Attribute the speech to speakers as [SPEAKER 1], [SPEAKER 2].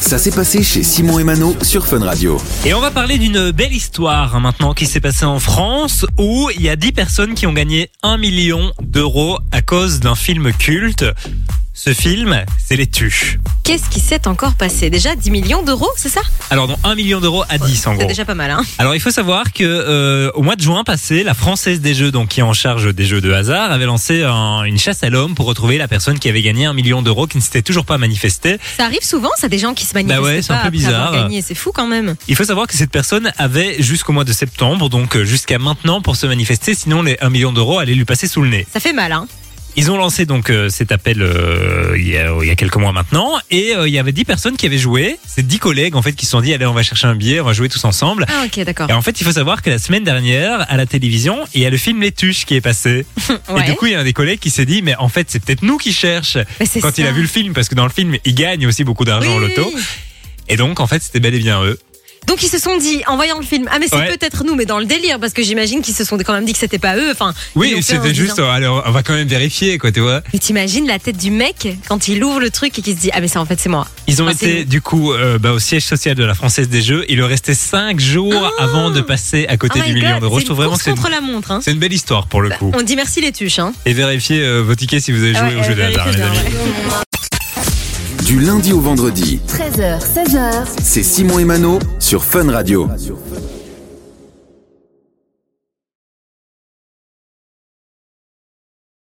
[SPEAKER 1] Ça s'est passé chez Simon et Mano sur Fun Radio.
[SPEAKER 2] Et on va parler d'une belle histoire hein, maintenant qui s'est passée en France où il y a 10 personnes qui ont gagné 1 million d'euros à cause d'un film culte. Ce film, c'est Les Tuches.
[SPEAKER 3] Qu'est-ce qui s'est encore passé Déjà 10 millions d'euros, c'est ça
[SPEAKER 2] Alors, dans 1 million d'euros à 10 en
[SPEAKER 3] C'est
[SPEAKER 2] gros.
[SPEAKER 3] déjà pas mal, hein
[SPEAKER 2] Alors, il faut savoir que euh, au mois de juin passé, la Française des Jeux, donc qui est en charge des jeux de hasard, avait lancé un- une chasse à l'homme pour retrouver la personne qui avait gagné 1 million d'euros qui ne s'était toujours pas manifestée.
[SPEAKER 3] Ça arrive souvent, ça, des gens qui se manifestent
[SPEAKER 2] Bah ouais, c'est
[SPEAKER 3] pas
[SPEAKER 2] un peu
[SPEAKER 3] après avoir
[SPEAKER 2] bizarre.
[SPEAKER 3] gagné, c'est fou quand même.
[SPEAKER 2] Il faut savoir que cette personne avait jusqu'au mois de septembre, donc euh, jusqu'à maintenant, pour se manifester, sinon les 1 million d'euros allaient lui passer sous le nez.
[SPEAKER 3] Ça fait mal, hein
[SPEAKER 2] Ils ont lancé donc euh, cet appel euh, il, y a, il y a quelques mois maintenant, et euh, il y avait 10 personnes qui avaient joué, c'est 10 collègues en fait qui se sont dit, allez, on va chercher un billet, on va jouer tous ensemble.
[SPEAKER 3] Ah ok, d'accord.
[SPEAKER 2] Et en fait, il faut savoir que la semaine dernière, à la télévision, il y a le film Les Tuches qui est passé. Et
[SPEAKER 3] Ouais.
[SPEAKER 2] du coup, il y a un des collègues qui s'est dit, mais en fait, c'est peut-être nous qui cherchent.
[SPEAKER 3] Mais c'est
[SPEAKER 2] Quand il
[SPEAKER 3] ça.
[SPEAKER 2] a vu le film, parce que dans le film, il gagne aussi beaucoup
[SPEAKER 3] Oui,
[SPEAKER 2] d'argent au
[SPEAKER 3] oui,
[SPEAKER 2] loto.
[SPEAKER 3] oui.
[SPEAKER 2] Et donc, en fait, c'était bel et bien eux.
[SPEAKER 3] Donc ils se sont dit, en voyant le film, ah mais c'est
[SPEAKER 2] Ouais.
[SPEAKER 3] peut-être nous, mais dans le délire, parce que j'imagine qu'ils se sont quand même dit que c'était pas eux. Enfin, ils l'ont
[SPEAKER 2] Oui,
[SPEAKER 3] fait en se
[SPEAKER 2] c'était juste,
[SPEAKER 3] disant-
[SPEAKER 2] euh, allez, on va quand même vérifier, quoi, tu vois.
[SPEAKER 3] Mais t'imagines la tête du mec quand il ouvre le truc et qu'il se dit, ah mais ça en fait c'est moi.
[SPEAKER 2] Ils ont
[SPEAKER 3] Ah,
[SPEAKER 2] été
[SPEAKER 3] c'est-
[SPEAKER 2] du coup euh, bah, au siège social de la Française des Jeux. Il leur restait 5 jours avant de passer à côté
[SPEAKER 3] Ah oh my
[SPEAKER 2] du million
[SPEAKER 3] God,
[SPEAKER 2] d'euros.
[SPEAKER 3] c'est
[SPEAKER 2] Je trouve
[SPEAKER 3] une
[SPEAKER 2] vraiment que
[SPEAKER 3] course
[SPEAKER 2] c'est une,
[SPEAKER 3] contre la montre. Hein.
[SPEAKER 2] c'est une belle histoire pour le coup.
[SPEAKER 3] On dit merci les tuches. Hein. Ah
[SPEAKER 2] Et vérifiez euh, vos tickets si vous avez joué
[SPEAKER 3] Ouais,
[SPEAKER 2] au jeu de
[SPEAKER 3] ouais,
[SPEAKER 2] hasard,
[SPEAKER 3] vérifiez
[SPEAKER 2] les
[SPEAKER 3] bien,
[SPEAKER 2] amis.
[SPEAKER 3] ouais.
[SPEAKER 1] Du lundi au vendredi,
[SPEAKER 4] 13h, 16h,
[SPEAKER 1] c'est Simon et Mano sur Fun Radio.